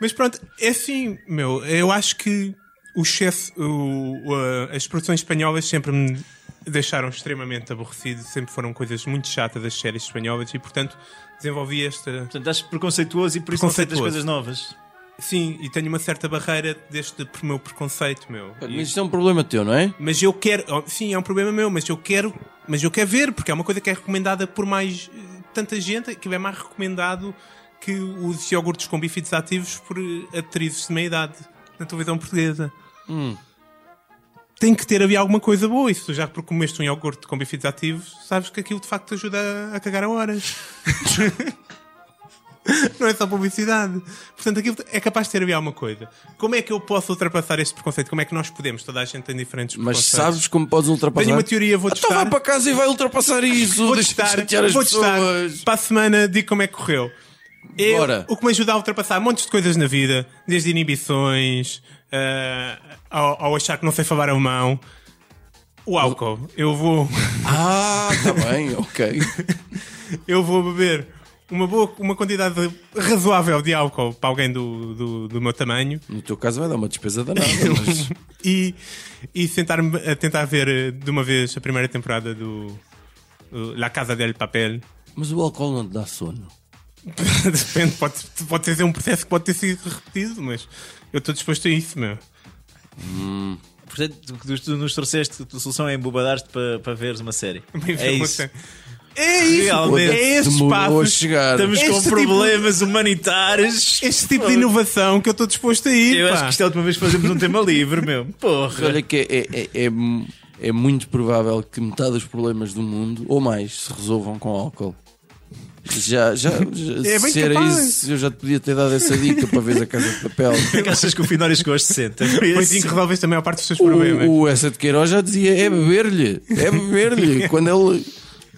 [SPEAKER 4] Mas pronto, é assim, meu, eu acho que o excesso, o- o, a- as produções espanholas sempre me deixaram extremamente aborrecido, sempre foram coisas muito chatas as séries espanholas e portanto desenvolvi esta.
[SPEAKER 2] Portanto, estás preconceituoso e por isso não aceitas coisas
[SPEAKER 4] Preconceituoso.
[SPEAKER 2] novas.
[SPEAKER 4] Sim, e tenho uma certa barreira deste por meu preconceito, meu. E-
[SPEAKER 3] Mas isto é um problema teu, não é?
[SPEAKER 4] mas eu quero, oh, sim, é um problema meu, mas eu quero, mas eu quero ver, porque é uma coisa que é recomendada por mais eh, tanta gente, que é mais recomendado que os iogurtes com bífidos ativos por eh, atrizes de meia idade na televisão portuguesa. Tem que ter ali alguma coisa boa, e se tu já comeste um iogurte com bífidos ativos, sabes que aquilo de facto te ajuda a cagar a horas. <laughs> Não é só publicidade. Portanto, aquilo é capaz de ter alguma coisa. Como é que eu posso ultrapassar este preconceito? Como é que nós podemos? Toda a gente tem diferentes
[SPEAKER 3] Mas
[SPEAKER 4] preconceitos.
[SPEAKER 3] sabes como podes ultrapassar?
[SPEAKER 4] é. Tenho uma teoria, vou
[SPEAKER 3] Então
[SPEAKER 4] testar.
[SPEAKER 3] vai para casa e vai ultrapassar isso.
[SPEAKER 4] Vou
[SPEAKER 3] Deixa de
[SPEAKER 4] testar,
[SPEAKER 3] chatear as
[SPEAKER 4] vou testar.
[SPEAKER 3] pessoas.
[SPEAKER 4] Para a semana, digo como é que correu. Eu-
[SPEAKER 3] Bora.
[SPEAKER 4] O que me ajuda a ultrapassar montes de coisas na vida, desde inibições, ah, ao, ao achar que não sei falar alemão. O álcool. Eu vou, <laughs>
[SPEAKER 3] Ah, tá bem, ok.
[SPEAKER 4] eu vou beber uma boa, uma quantidade razoável de álcool para alguém do, do, do meu tamanho
[SPEAKER 3] No teu caso vai dar uma despesa
[SPEAKER 4] <laughs>
[SPEAKER 3] danada. Mas...
[SPEAKER 4] e, e sentar-me a tentar ver eh, de uma vez a primeira temporada do eh, La Casa del Papel.
[SPEAKER 3] mas o álcool não te dá sono.
[SPEAKER 4] <laughs> Depende, pode, pode ser um processo que pode ter sido repetido, mas eu estou disposto a isso, meu.
[SPEAKER 2] Portanto, o que tu nos trouxeste, a tua solução é embobadar-te para, para veres uma série. <laughs>
[SPEAKER 4] Bem,
[SPEAKER 2] É isso.
[SPEAKER 4] É isso,
[SPEAKER 2] Realmente.
[SPEAKER 4] é esses
[SPEAKER 3] Demorou a
[SPEAKER 4] passos,
[SPEAKER 3] chegar.
[SPEAKER 2] Estamos
[SPEAKER 4] Este
[SPEAKER 2] com
[SPEAKER 4] tipo-
[SPEAKER 2] problemas humanitários.
[SPEAKER 4] este tipo de inovação que eu estou disposto a ir.
[SPEAKER 2] Eu
[SPEAKER 4] pá.
[SPEAKER 2] acho que isto é a última vez que fazemos um tema livre, meu. Porra.
[SPEAKER 3] Olha que é, é, é, é muito provável que metade dos problemas do mundo, ou mais, se resolvam com álcool. Já,
[SPEAKER 4] <laughs>
[SPEAKER 3] já, já
[SPEAKER 4] É bem
[SPEAKER 3] se era
[SPEAKER 4] capaz.
[SPEAKER 3] isso, eu já te podia ter dado essa dica para ver a casa de
[SPEAKER 4] <laughs>
[SPEAKER 3] papel.
[SPEAKER 2] O que achas que o Finório chegou aos 60? Foi
[SPEAKER 4] Foi
[SPEAKER 2] é um esse?
[SPEAKER 4] assim que resolveste a maior parte dos teus problemas. é?
[SPEAKER 3] O, o Essa de Queiroz já dizia: é beber-lhe, é
[SPEAKER 4] <laughs>
[SPEAKER 3] beber-lhe. Quando ele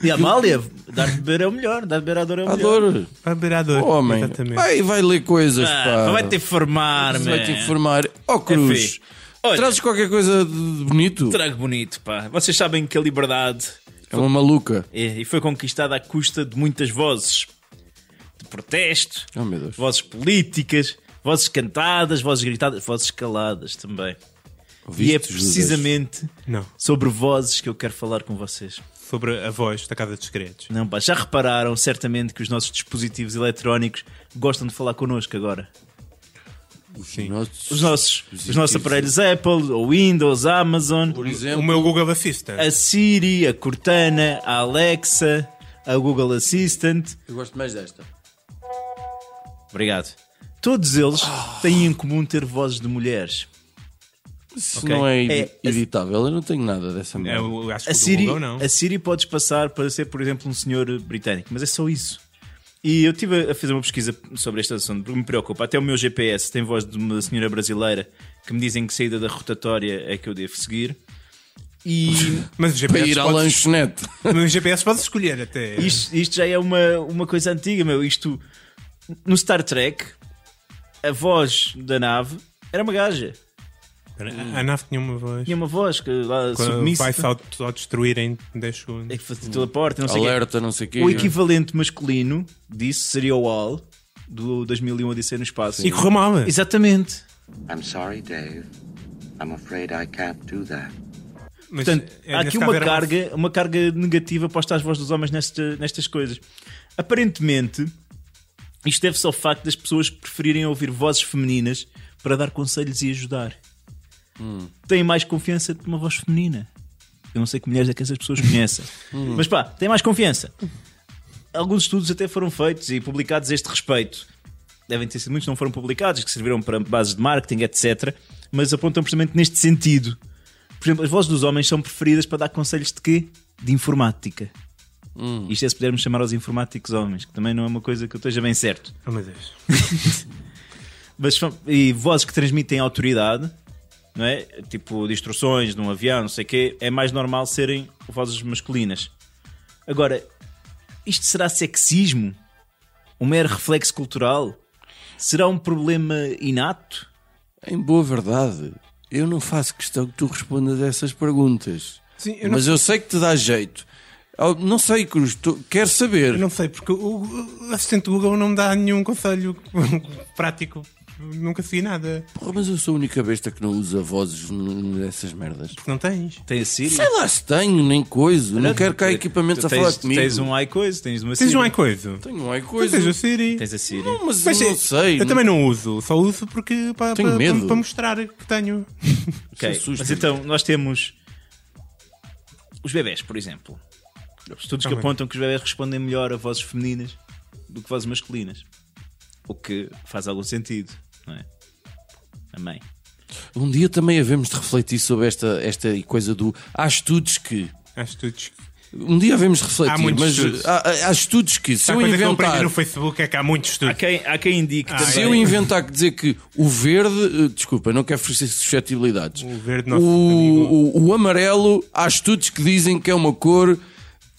[SPEAKER 2] E a Amália, dar de beber é o melhor, dar de beber à dor é o Oh, melhor.
[SPEAKER 4] <laughs>
[SPEAKER 3] adora, Oh,
[SPEAKER 4] Vai beber à dor.
[SPEAKER 3] homem,
[SPEAKER 4] Exatamente.
[SPEAKER 3] vai, vai ler coisas,
[SPEAKER 2] Ah,
[SPEAKER 3] pá.
[SPEAKER 2] vai te informar,
[SPEAKER 3] Vai te
[SPEAKER 2] man.
[SPEAKER 3] informar. Ó
[SPEAKER 2] É
[SPEAKER 3] Cruz,
[SPEAKER 2] feio. Olha, um
[SPEAKER 3] trazes qualquer coisa de bonito?
[SPEAKER 2] trago bonito, pá. Vocês sabem que a liberdade
[SPEAKER 3] É uma maluca.
[SPEAKER 2] é, e foi conquistada à custa de muitas vozes. De protesto,
[SPEAKER 3] Oh meu Deus.
[SPEAKER 2] vozes políticas, vozes cantadas, vozes gritadas, vozes caladas também. e é
[SPEAKER 3] Viste, Judas?
[SPEAKER 2] precisamente
[SPEAKER 4] Não,
[SPEAKER 2] sobre vozes que eu quero falar com vocês.
[SPEAKER 4] sobre a voz da Casa dos Segredos.
[SPEAKER 2] Não, pá, já repararam certamente que os nossos dispositivos eletrónicos gostam de falar connosco agora.
[SPEAKER 4] Sim.
[SPEAKER 3] Nossos-
[SPEAKER 2] Os nossos, os nossos aparelhos Apple, ou Windows, a Amazon,
[SPEAKER 3] Por
[SPEAKER 4] O
[SPEAKER 3] exemplo,
[SPEAKER 4] meu Google Assistant.
[SPEAKER 2] a Siri, a Cortana, a Alexa, a Google Assistant.
[SPEAKER 3] eu gosto mais desta.
[SPEAKER 2] Obrigado. Todos eles têm em comum ter vozes de mulheres.
[SPEAKER 3] Se
[SPEAKER 2] Ok.
[SPEAKER 3] não é, edi-
[SPEAKER 2] É, a-
[SPEAKER 3] editável, eu não tenho nada dessa merda.
[SPEAKER 4] Eu acho que
[SPEAKER 2] A
[SPEAKER 4] É o do
[SPEAKER 2] Siri,
[SPEAKER 4] Google não.
[SPEAKER 2] a Siri podes passar para ser, por exemplo, um senhor britânico, mas é só isso. E eu estive a fazer uma pesquisa sobre este assunto, porque me preocupa. Até o meu GPS tem voz de uma senhora brasileira que me dizem que saída da rotatória é que eu devo seguir.
[SPEAKER 4] <laughs>
[SPEAKER 2] E
[SPEAKER 4] Mas o
[SPEAKER 3] Para
[SPEAKER 4] GPS,
[SPEAKER 3] ir à
[SPEAKER 4] podes-
[SPEAKER 3] lanchonete.
[SPEAKER 4] <laughs> mas o GPS podes escolher até.
[SPEAKER 2] isto, isto já é uma, uma coisa antiga, meu. Isto no Star Trek, a voz da nave era uma gaja.
[SPEAKER 4] A, a nave tinha uma voz.
[SPEAKER 2] Tinha uma voz que lá
[SPEAKER 4] Quando
[SPEAKER 2] submissa.
[SPEAKER 4] vai-se auto- autodestruir em 10 segundos.
[SPEAKER 2] É que fazia teleporte, não sei o quê.
[SPEAKER 3] Alerta, não sei o quê.
[SPEAKER 2] O equivalente masculino disso seria o Al do 2001 Odisseia no Espaço.
[SPEAKER 4] E correu mal.
[SPEAKER 2] Exatamente.
[SPEAKER 5] I'm sorry, Dave. I'm afraid I can't do that.
[SPEAKER 4] Mas,
[SPEAKER 2] Portanto,
[SPEAKER 4] é,
[SPEAKER 2] há
[SPEAKER 4] nesse
[SPEAKER 2] aqui
[SPEAKER 4] caso
[SPEAKER 2] uma
[SPEAKER 4] era
[SPEAKER 2] carga, uma carga negativa posta às vozes dos homens nesta- nestas coisas. Aparentemente, isto deve-se ao facto das pessoas preferirem ouvir vozes femininas para dar conselhos e ajudar. Têm mais confiança de uma voz feminina. Eu não sei que mulheres é que essas pessoas conhecem. Mas pá, têm mais confiança. Alguns estudos até foram feitos e publicados a este respeito. Devem ter sido muitos, que não foram publicados, que serviram para bases de marketing, etc. Mas apontam precisamente neste sentido. Por exemplo, as vozes dos homens são preferidas para dar conselhos de quê? De informática.
[SPEAKER 4] Hum.
[SPEAKER 2] Isto é se pudermos chamar aos informáticos homens, que também não é uma coisa que eu esteja bem certo.
[SPEAKER 4] Oh, meu Deus.
[SPEAKER 2] Mas, são- e vozes que transmitem autoridade, não é? Tipo de instruções num avião, não sei o quê, é mais normal serem vozes masculinas. Agora, isto será sexismo? Um mero reflexo cultural? Será um problema inato?
[SPEAKER 3] Em boa verdade, eu não faço questão que tu respondas a essas perguntas.
[SPEAKER 4] Sim, eu não-
[SPEAKER 3] Mas eu sei que te dá jeito. Ao- Não sei, Cruz, tu- quero
[SPEAKER 4] Eu
[SPEAKER 3] saber.
[SPEAKER 4] não sei, porque o, o assistente do Google não me dá nenhum conselho <laughs> prático. Nunca segui nada.
[SPEAKER 3] Porra, mas eu sou a única besta que não usa vozes n- nessas merdas.
[SPEAKER 4] Porque não tens.
[SPEAKER 2] Tem a Siri?
[SPEAKER 3] Sei lá se tenho, nem coisa. Não quero cá equipamentos
[SPEAKER 2] Tu
[SPEAKER 3] a falar
[SPEAKER 2] tens,
[SPEAKER 3] comigo.
[SPEAKER 2] Tens um iCoisa, tens uma Siri.
[SPEAKER 4] Tens um iCoisa.
[SPEAKER 3] Tenho um coisa.
[SPEAKER 4] Tens a Siri.
[SPEAKER 2] Tens a Siri.
[SPEAKER 3] Não, mas,
[SPEAKER 4] Mas
[SPEAKER 3] eu não
[SPEAKER 4] eu-
[SPEAKER 3] sei.
[SPEAKER 4] Eu também não uso. Só uso porque para,
[SPEAKER 3] Tenho
[SPEAKER 4] para-
[SPEAKER 3] medo.
[SPEAKER 4] para mostrar que tenho.
[SPEAKER 2] Ok,
[SPEAKER 3] Isso assusta-me.
[SPEAKER 2] Mas então, nós temos os bebés, por exemplo. Estudos que
[SPEAKER 4] Também.
[SPEAKER 2] apontam que os bebés respondem melhor a vozes femininas do que vozes masculinas. O que faz algum sentido, não é? Amém.
[SPEAKER 3] Um dia também havemos de refletir sobre esta, esta coisa do. Há estudos que.
[SPEAKER 4] Acho que tu-
[SPEAKER 3] Um dia havemos de refletir,
[SPEAKER 4] Há muitos
[SPEAKER 3] mas
[SPEAKER 4] estudos.
[SPEAKER 3] Há, há- há estudos que. Se
[SPEAKER 4] A
[SPEAKER 3] eu
[SPEAKER 4] coisa que eu aprendi
[SPEAKER 3] inventar.
[SPEAKER 4] no Facebook é que há muitos
[SPEAKER 2] Há
[SPEAKER 4] estudos. <laughs>
[SPEAKER 2] quem, há quem indique
[SPEAKER 4] Ah,
[SPEAKER 3] Se
[SPEAKER 2] também.
[SPEAKER 3] eu inventar que dizer que o verde, eh, desculpa, não quero oferecer suscetibilidades.
[SPEAKER 4] O verde, nosso
[SPEAKER 3] O-
[SPEAKER 4] amigo.
[SPEAKER 3] o- o amarelo, há estudos que dizem que é uma cor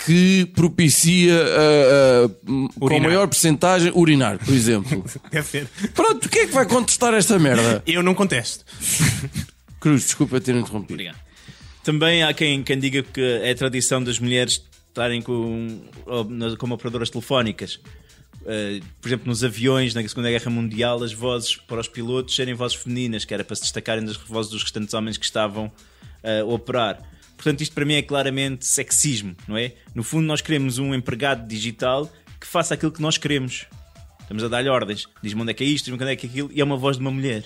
[SPEAKER 3] que propicia ah, ah, m- com
[SPEAKER 4] Urinar.
[SPEAKER 3] maior percentagem urinar, por
[SPEAKER 4] <laughs>
[SPEAKER 3] exemplo.
[SPEAKER 4] Deve ser.
[SPEAKER 3] Pronto, quem é que vai contestar esta
[SPEAKER 4] <laughs>
[SPEAKER 3] merda?
[SPEAKER 4] Eu não contesto.
[SPEAKER 3] Cruz, desculpa ter interrompido.
[SPEAKER 2] Obrigado. Também há quem, quem diga que é tradição das mulheres estarem com, como operadoras telefónicas. Uh, por exemplo, nos aviões, na Segunda Guerra Mundial, as vozes para os pilotos serem vozes femininas, que era para se destacarem das vozes dos restantes homens que estavam uh, a operar. Portanto, isto para mim é claramente sexismo, não é? No fundo, nós queremos um empregado digital que faça aquilo que nós queremos. Estamos a dar-lhe ordens. Diz-me onde é que é isto, diz-me quando é que é aquilo, e é uma voz de uma mulher.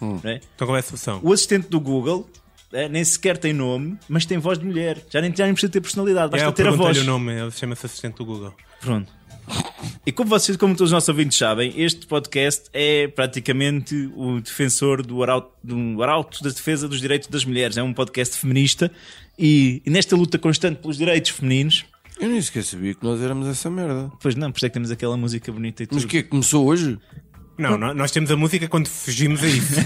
[SPEAKER 2] Não é?
[SPEAKER 4] Então qual é a solução?
[SPEAKER 2] O assistente do Google eh, nem sequer tem nome, mas tem voz de mulher. Já nem, já nem precisa ter personalidade, basta
[SPEAKER 4] é, eu
[SPEAKER 2] ter a voz.
[SPEAKER 4] perguntei-lhe o nome, ele chama-se assistente do Google.
[SPEAKER 2] Pronto. E como vocês, como todos os nossos ouvintes sabem, este podcast é praticamente o defensor do arauto, do arauto da defesa dos direitos das mulheres. É um podcast feminista e, e nesta luta constante pelos direitos femininos,
[SPEAKER 3] Eu nem sequer sabia que nós éramos essa merda.
[SPEAKER 2] pois não, por isso é que temos aquela música bonita e tudo.
[SPEAKER 3] Mas o que é que começou hoje?
[SPEAKER 4] Não, nó- nós temos a música quando fugimos a isso. <laughs>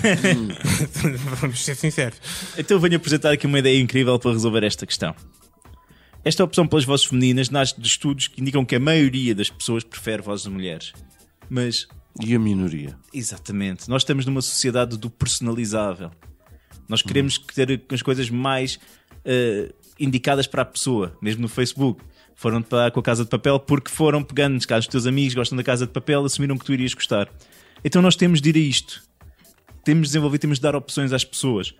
[SPEAKER 4] Vamos ser sinceros.
[SPEAKER 2] Então eu venho apresentar aqui uma ideia incrível para resolver esta questão. Esta opção pelas vozes femininas nasce de estudos que indicam que a maioria das pessoas prefere vozes de mulheres. Mas,
[SPEAKER 3] E a minoria?
[SPEAKER 2] exatamente, nós estamos numa sociedade do personalizável. Nós queremos ter as coisas mais eh, indicadas para a pessoa, mesmo no Facebook. Foram para com a casa de papel porque foram pegando nos casos dos teus amigos, gostam da casa de papel, assumiram que tu irias gostar. Então nós temos de ir a isto. Temos de desenvolver, temos de dar opções às pessoas.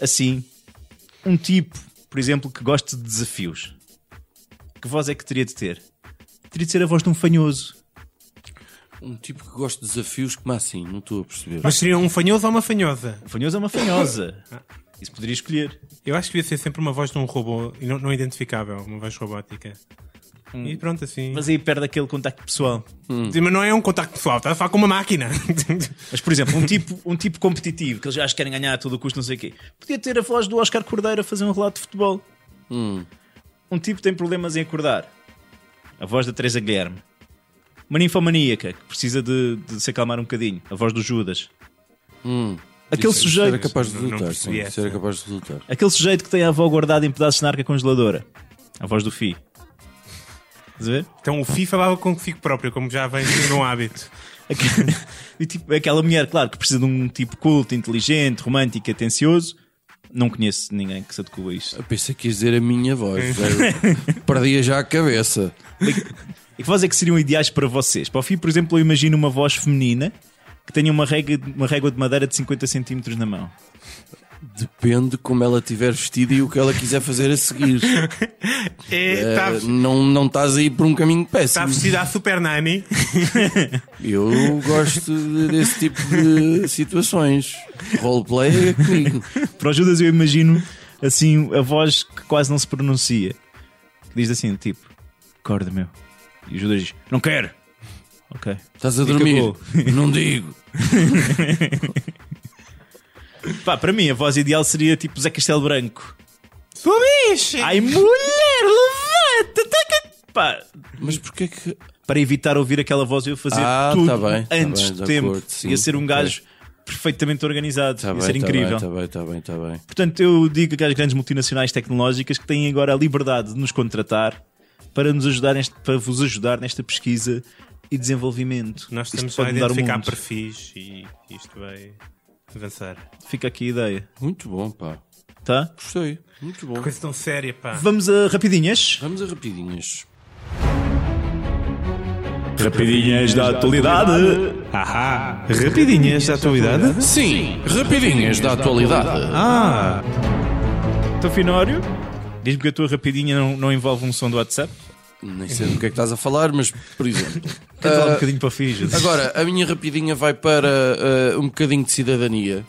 [SPEAKER 2] Assim, um tipo, por exemplo, que gosta de desafios, que voz é que teria de ter? Teria de ser a voz de um fanhoso.
[SPEAKER 3] Um tipo que gosta de desafios, como assim? Não estou a perceber.
[SPEAKER 4] Mas seria um fanhoso ou uma fanhosa?
[SPEAKER 2] Um fanhoso é uma fanhosa. Isso poderia escolher.
[SPEAKER 4] Eu acho que devia ser sempre uma voz de um robô e não, não identificável, uma voz robótica. E pronto, assim.
[SPEAKER 2] Hum.
[SPEAKER 4] Mas,
[SPEAKER 2] Mas Hum. aí perde aquele contacto pessoal.
[SPEAKER 4] não é um contacto pessoal, estás a falar com uma máquina. <laughs>
[SPEAKER 2] Mas, por
[SPEAKER 3] <laughs>
[SPEAKER 2] exemplo, um tipo, um tipo competitivo que eles acham que querem ganhar a todo custo, não sei o quê, podia ter a voz do Oscar Cordeiro a fazer um relato de futebol.
[SPEAKER 3] Hum,
[SPEAKER 2] Um tipo tem problemas em acordar. A voz da Teresa Guilherme. Uma ninfomaníaca que precisa de, de se acalmar um bocadinho. A voz do Judas. Aquele
[SPEAKER 3] hum. Isso- Isso era
[SPEAKER 2] sujeito.
[SPEAKER 3] capaz de
[SPEAKER 4] Não- não
[SPEAKER 3] resultar, sim.
[SPEAKER 4] percebi
[SPEAKER 3] Isso era
[SPEAKER 4] essa.
[SPEAKER 3] capaz de resultar.
[SPEAKER 2] Aquele sujeito que tem a avó guardada em pedaços na arca congeladora. A voz do Fi. Estás a ver?
[SPEAKER 4] então o Fi falava consigo próprio, como já vem sendo um hábito.
[SPEAKER 2] Aquela, <laughs> e, tipo, aquela mulher, claro, que precisa de um tipo culto, inteligente, romântico, atencioso. Não conheço ninguém que se adequa a
[SPEAKER 3] <laughs>
[SPEAKER 2] isto.
[SPEAKER 3] Eu pensei que ia dizer a minha
[SPEAKER 4] <laughs>
[SPEAKER 3] voz. velho. Perdia já a cabeça.
[SPEAKER 2] E que voz é que seriam ideais para vocês? Para o fim, por exemplo, eu imagino uma voz feminina que tenha uma régua, uma régua de madeira de 50 centímetros na mão.
[SPEAKER 3] Depende como ela tiver vestida e o que ela quiser fazer a
[SPEAKER 4] <laughs>
[SPEAKER 3] seguir.
[SPEAKER 2] É,
[SPEAKER 3] Eh,
[SPEAKER 4] Está
[SPEAKER 3] não, não estás aí por um caminho péssimo.
[SPEAKER 4] tá vestido à Super Nani.
[SPEAKER 3] Eu gosto de- desse tipo de situações. Roleplay é comigo.
[SPEAKER 2] Para o Judas, eu imagino assim a voz que quase não se pronuncia. Que diz assim, tipo, acorda meu. E o Judas diz, não quero. Ok.
[SPEAKER 3] Estás a
[SPEAKER 2] E
[SPEAKER 3] dormir?
[SPEAKER 2] acabou.
[SPEAKER 3] <laughs> Não digo.
[SPEAKER 2] Pá, para mim, a voz ideal seria tipo Zé Castelo Branco.
[SPEAKER 4] Tu bicho!
[SPEAKER 2] Ai, mulher, levanta! taca- Pá,
[SPEAKER 3] Mas porquê que.
[SPEAKER 2] para evitar ouvir aquela voz eu fazer
[SPEAKER 3] Ah,
[SPEAKER 2] tudo
[SPEAKER 3] tá bem, tá
[SPEAKER 2] antes
[SPEAKER 3] bem,
[SPEAKER 2] do
[SPEAKER 3] de
[SPEAKER 2] tempo.
[SPEAKER 3] acordo, sim,
[SPEAKER 2] ia ser um
[SPEAKER 3] ok.
[SPEAKER 2] gajo perfeitamente organizado,
[SPEAKER 3] Tá
[SPEAKER 2] ia
[SPEAKER 3] bem,
[SPEAKER 2] ser
[SPEAKER 3] tá
[SPEAKER 2] incrível.
[SPEAKER 3] bem, tá bem, tá bem, tá bem.
[SPEAKER 2] Portanto, eu digo que as grandes multinacionais tecnológicas que têm agora a liberdade de nos contratar para nos ajudar neste- para vos ajudar nesta pesquisa e desenvolvimento.
[SPEAKER 4] Nós
[SPEAKER 2] Isto
[SPEAKER 4] estamos só a
[SPEAKER 2] pode mudar o
[SPEAKER 4] identificar
[SPEAKER 2] mundo.
[SPEAKER 4] perfis e isto vai avançar.
[SPEAKER 2] Fica aqui a ideia,
[SPEAKER 3] Muito bom, pá.
[SPEAKER 2] tá?
[SPEAKER 3] Gostei. Muito bom.
[SPEAKER 4] Coisa tão séria, pá.
[SPEAKER 2] Vamos a rapidinhas.
[SPEAKER 3] Vamos a rapidinhas.
[SPEAKER 2] Rapidinhas da atualidade.
[SPEAKER 4] Ahá! Rapidinhas da atualidade?
[SPEAKER 3] Sim, rapidinhas da atualidade.
[SPEAKER 4] Ah!
[SPEAKER 2] Então, Finório, diz-me que a tua rapidinha não, não envolve um som do WhatsApp.
[SPEAKER 3] Nem sei do que é que estás a falar, mas, por <laughs> exemplo.
[SPEAKER 2] Quero falar um
[SPEAKER 3] ah,
[SPEAKER 2] bocadinho para o Fijo.
[SPEAKER 3] Agora, a minha rapidinha vai para ah, um bocadinho de cidadania.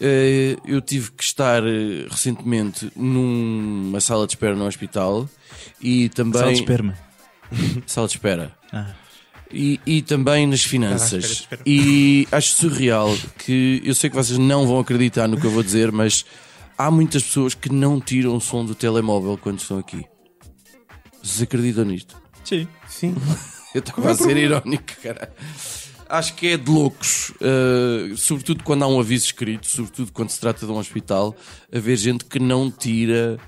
[SPEAKER 3] Ah, eu tive que estar ah, recentemente numa sala de espera no hospital e também.
[SPEAKER 2] Sala de esperma.
[SPEAKER 3] <laughs> Sala de espera.
[SPEAKER 2] Ah.
[SPEAKER 3] E, e também nas
[SPEAKER 4] Ah, espera,
[SPEAKER 3] finanças.
[SPEAKER 4] espera.
[SPEAKER 3] E acho surreal que eu sei que vocês não vão acreditar no que eu vou dizer, mas há muitas pessoas que não tiram o som do telemóvel quando estão aqui. Vocês acreditam nisto?
[SPEAKER 2] Sim.
[SPEAKER 4] Sim.
[SPEAKER 3] Eu estava a ser irónico, cara. Acho que é de loucos, uh, sobretudo quando há um aviso escrito, sobretudo quando se trata de um hospital, haver gente que não tira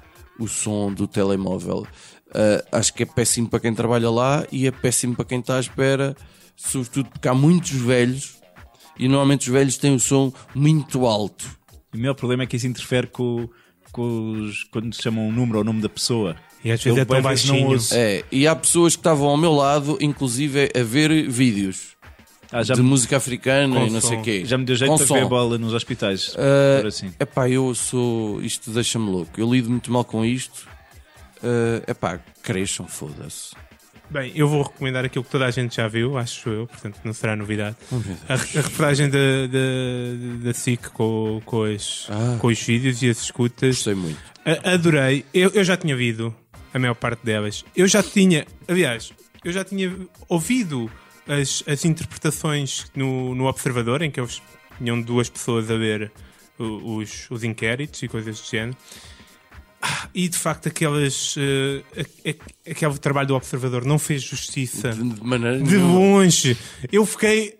[SPEAKER 3] o som do telemóvel. Uh, acho que é péssimo para quem trabalha lá e é péssimo para quem está à espera, sobretudo porque há muitos velhos e normalmente os velhos têm o som muito alto.
[SPEAKER 2] O meu problema é que isso interfere com, com os, quando se chamam o número ou o nome da pessoa.
[SPEAKER 4] E às vezes
[SPEAKER 2] Eu
[SPEAKER 4] é tão
[SPEAKER 2] bué vezes
[SPEAKER 4] baixinho.
[SPEAKER 3] É, e há pessoas que estavam ao meu lado, inclusive a ver vídeos
[SPEAKER 2] Ah, já,
[SPEAKER 3] de
[SPEAKER 2] me-
[SPEAKER 3] música africana
[SPEAKER 4] Com
[SPEAKER 3] e não sei o
[SPEAKER 4] som.
[SPEAKER 3] quê.
[SPEAKER 2] já me deu jeito
[SPEAKER 3] Com
[SPEAKER 2] para ver a
[SPEAKER 3] som.
[SPEAKER 2] bola nos hospitais.
[SPEAKER 4] Ah,
[SPEAKER 2] por assim.
[SPEAKER 3] É pá, eu sou. Isto deixa-me louco. Eu lido muito mal com isto. É pá, cresçam, foda-se.
[SPEAKER 4] Bem, eu vou recomendar aquilo que toda a gente já viu, acho eu, portanto não será novidade. a, re- a reportagem da, da, da SIC com, com, as-
[SPEAKER 3] Ah.
[SPEAKER 4] com os vídeos e as escutas.
[SPEAKER 3] Gostei muito.
[SPEAKER 4] A- adorei. Eu, eu já tinha ouvido a maior parte delas. Eu já tinha, aliás, eu já tinha ouvido as, as interpretações no, no Observador, em que eles tinham duas pessoas a ver o- os, os inquéritos e coisas do género. Ah, E de facto, aquelas, eh, a- a- aquele trabalho do Observador não fez justiça.
[SPEAKER 3] De, de maneira.
[SPEAKER 4] De
[SPEAKER 3] nenhuma.
[SPEAKER 4] longe. Eu fiquei.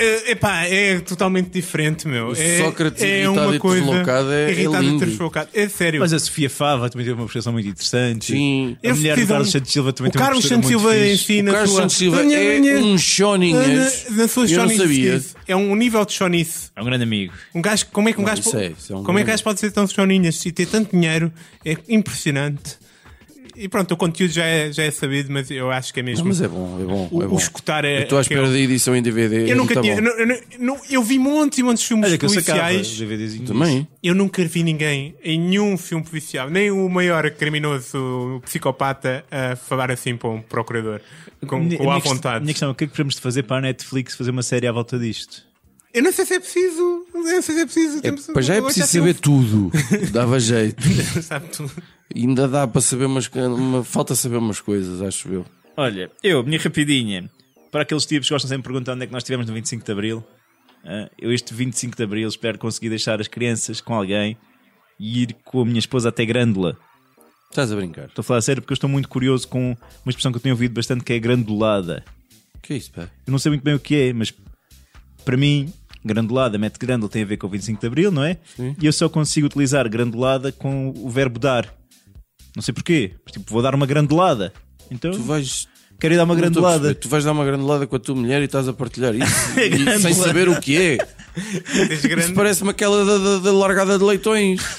[SPEAKER 4] eh, Epá, é totalmente diferente, meu.
[SPEAKER 3] O
[SPEAKER 4] É,
[SPEAKER 3] Sócrates
[SPEAKER 4] é
[SPEAKER 3] irritado
[SPEAKER 4] uma
[SPEAKER 3] e
[SPEAKER 4] coisa
[SPEAKER 3] deslocado é- é
[SPEAKER 4] irritado
[SPEAKER 3] lindo.
[SPEAKER 4] e deslocado. É sério.
[SPEAKER 2] Mas a Sofia Fava também teve uma prestação muito interessante.
[SPEAKER 3] Sim.
[SPEAKER 2] A mulher do
[SPEAKER 4] fiz
[SPEAKER 2] Carlos
[SPEAKER 4] um-
[SPEAKER 2] Santos Silva também
[SPEAKER 4] o
[SPEAKER 2] teve uma
[SPEAKER 4] Carlos
[SPEAKER 2] postura
[SPEAKER 4] Santos
[SPEAKER 2] muito
[SPEAKER 4] Silva é em
[SPEAKER 2] fixe.
[SPEAKER 4] si
[SPEAKER 3] O
[SPEAKER 4] na
[SPEAKER 3] Carlos
[SPEAKER 4] sua...
[SPEAKER 3] Santos Silva
[SPEAKER 4] Nha,
[SPEAKER 3] é
[SPEAKER 4] nha, nha.
[SPEAKER 3] um choninhas.
[SPEAKER 4] Na, na sua
[SPEAKER 3] Eu não sabia.
[SPEAKER 4] chonice. É um nível de chonice.
[SPEAKER 2] É um grande amigo.
[SPEAKER 4] Um gajo, como é que um
[SPEAKER 3] Não,
[SPEAKER 4] gajo,
[SPEAKER 3] isso
[SPEAKER 4] po-
[SPEAKER 3] é- isso é um
[SPEAKER 4] como é que um
[SPEAKER 3] grande-
[SPEAKER 4] gajo pode ser tão choninhas e ter tanto dinheiro? É impressionante. E pronto, o conteúdo já é, já é sabido, mas eu acho que é mesmo.
[SPEAKER 3] Não, mas é bom, é bom.
[SPEAKER 4] O-
[SPEAKER 3] é bom.
[SPEAKER 4] o escutar é-
[SPEAKER 3] Eu estou à
[SPEAKER 4] é que
[SPEAKER 3] espera
[SPEAKER 4] eu-
[SPEAKER 3] da edição em DVD.
[SPEAKER 4] eu nunca
[SPEAKER 3] tá
[SPEAKER 4] tinha.
[SPEAKER 3] bom.
[SPEAKER 4] Eu, não- eu não- não- eu vi montes e montes de filmes
[SPEAKER 2] Olha que eu sacava
[SPEAKER 4] policiais.
[SPEAKER 2] DVDzinho
[SPEAKER 3] Também.
[SPEAKER 4] Eu nunca vi ninguém em nenhum filme policial, nem o maior criminoso psicopata a falar assim para um procurador, com,
[SPEAKER 2] Minha-
[SPEAKER 4] com à
[SPEAKER 2] minha quest-
[SPEAKER 4] vontade.
[SPEAKER 2] Minha questão é o que é que podemos fazer para a Netflix fazer uma série à volta disto?
[SPEAKER 4] Eu não sei se é preciso. é, seja, é preciso.
[SPEAKER 3] É, para já é preciso saber tudo. Dava jeito. <laughs>
[SPEAKER 4] tudo. um <laughs> Sabe tudo.
[SPEAKER 3] Ainda dá para saber umas co- uma, falta saber umas coisas, acho eu.
[SPEAKER 2] Olha, eu, minha rapidinha, para aqueles tipos que gostam sempre de perguntar onde é que nós estivemos no 25 de Abril, ah, eu este 25 de Abril espero conseguir deixar as crianças com alguém e ir com a minha esposa até Grândola.
[SPEAKER 3] Estás a brincar.
[SPEAKER 2] Estou a falar a sério porque eu estou muito curioso com uma expressão que eu tenho ouvido bastante que é grandulada.
[SPEAKER 3] Que é isso, pá?
[SPEAKER 2] Eu não sei muito bem o que é, mas para mim, grandulada, mete grândola tem a ver com o 25 de Abril, não é? E eu só consigo utilizar grandulada com o verbo dar. Não sei porquê, mas tipo, vou dar uma grandulada. Então,
[SPEAKER 3] Tu vais.
[SPEAKER 2] quero ir dar uma
[SPEAKER 3] não estou a
[SPEAKER 2] grandulada.
[SPEAKER 3] perceber. Tu vais dar uma granulada com a tua mulher e estás a
[SPEAKER 2] <laughs>
[SPEAKER 3] partilhar isso. e- e
[SPEAKER 2] Granulada.
[SPEAKER 3] sem saber o que é.
[SPEAKER 4] Tens grande.
[SPEAKER 3] Isso parece-me aquela da, da- da largada de leitões.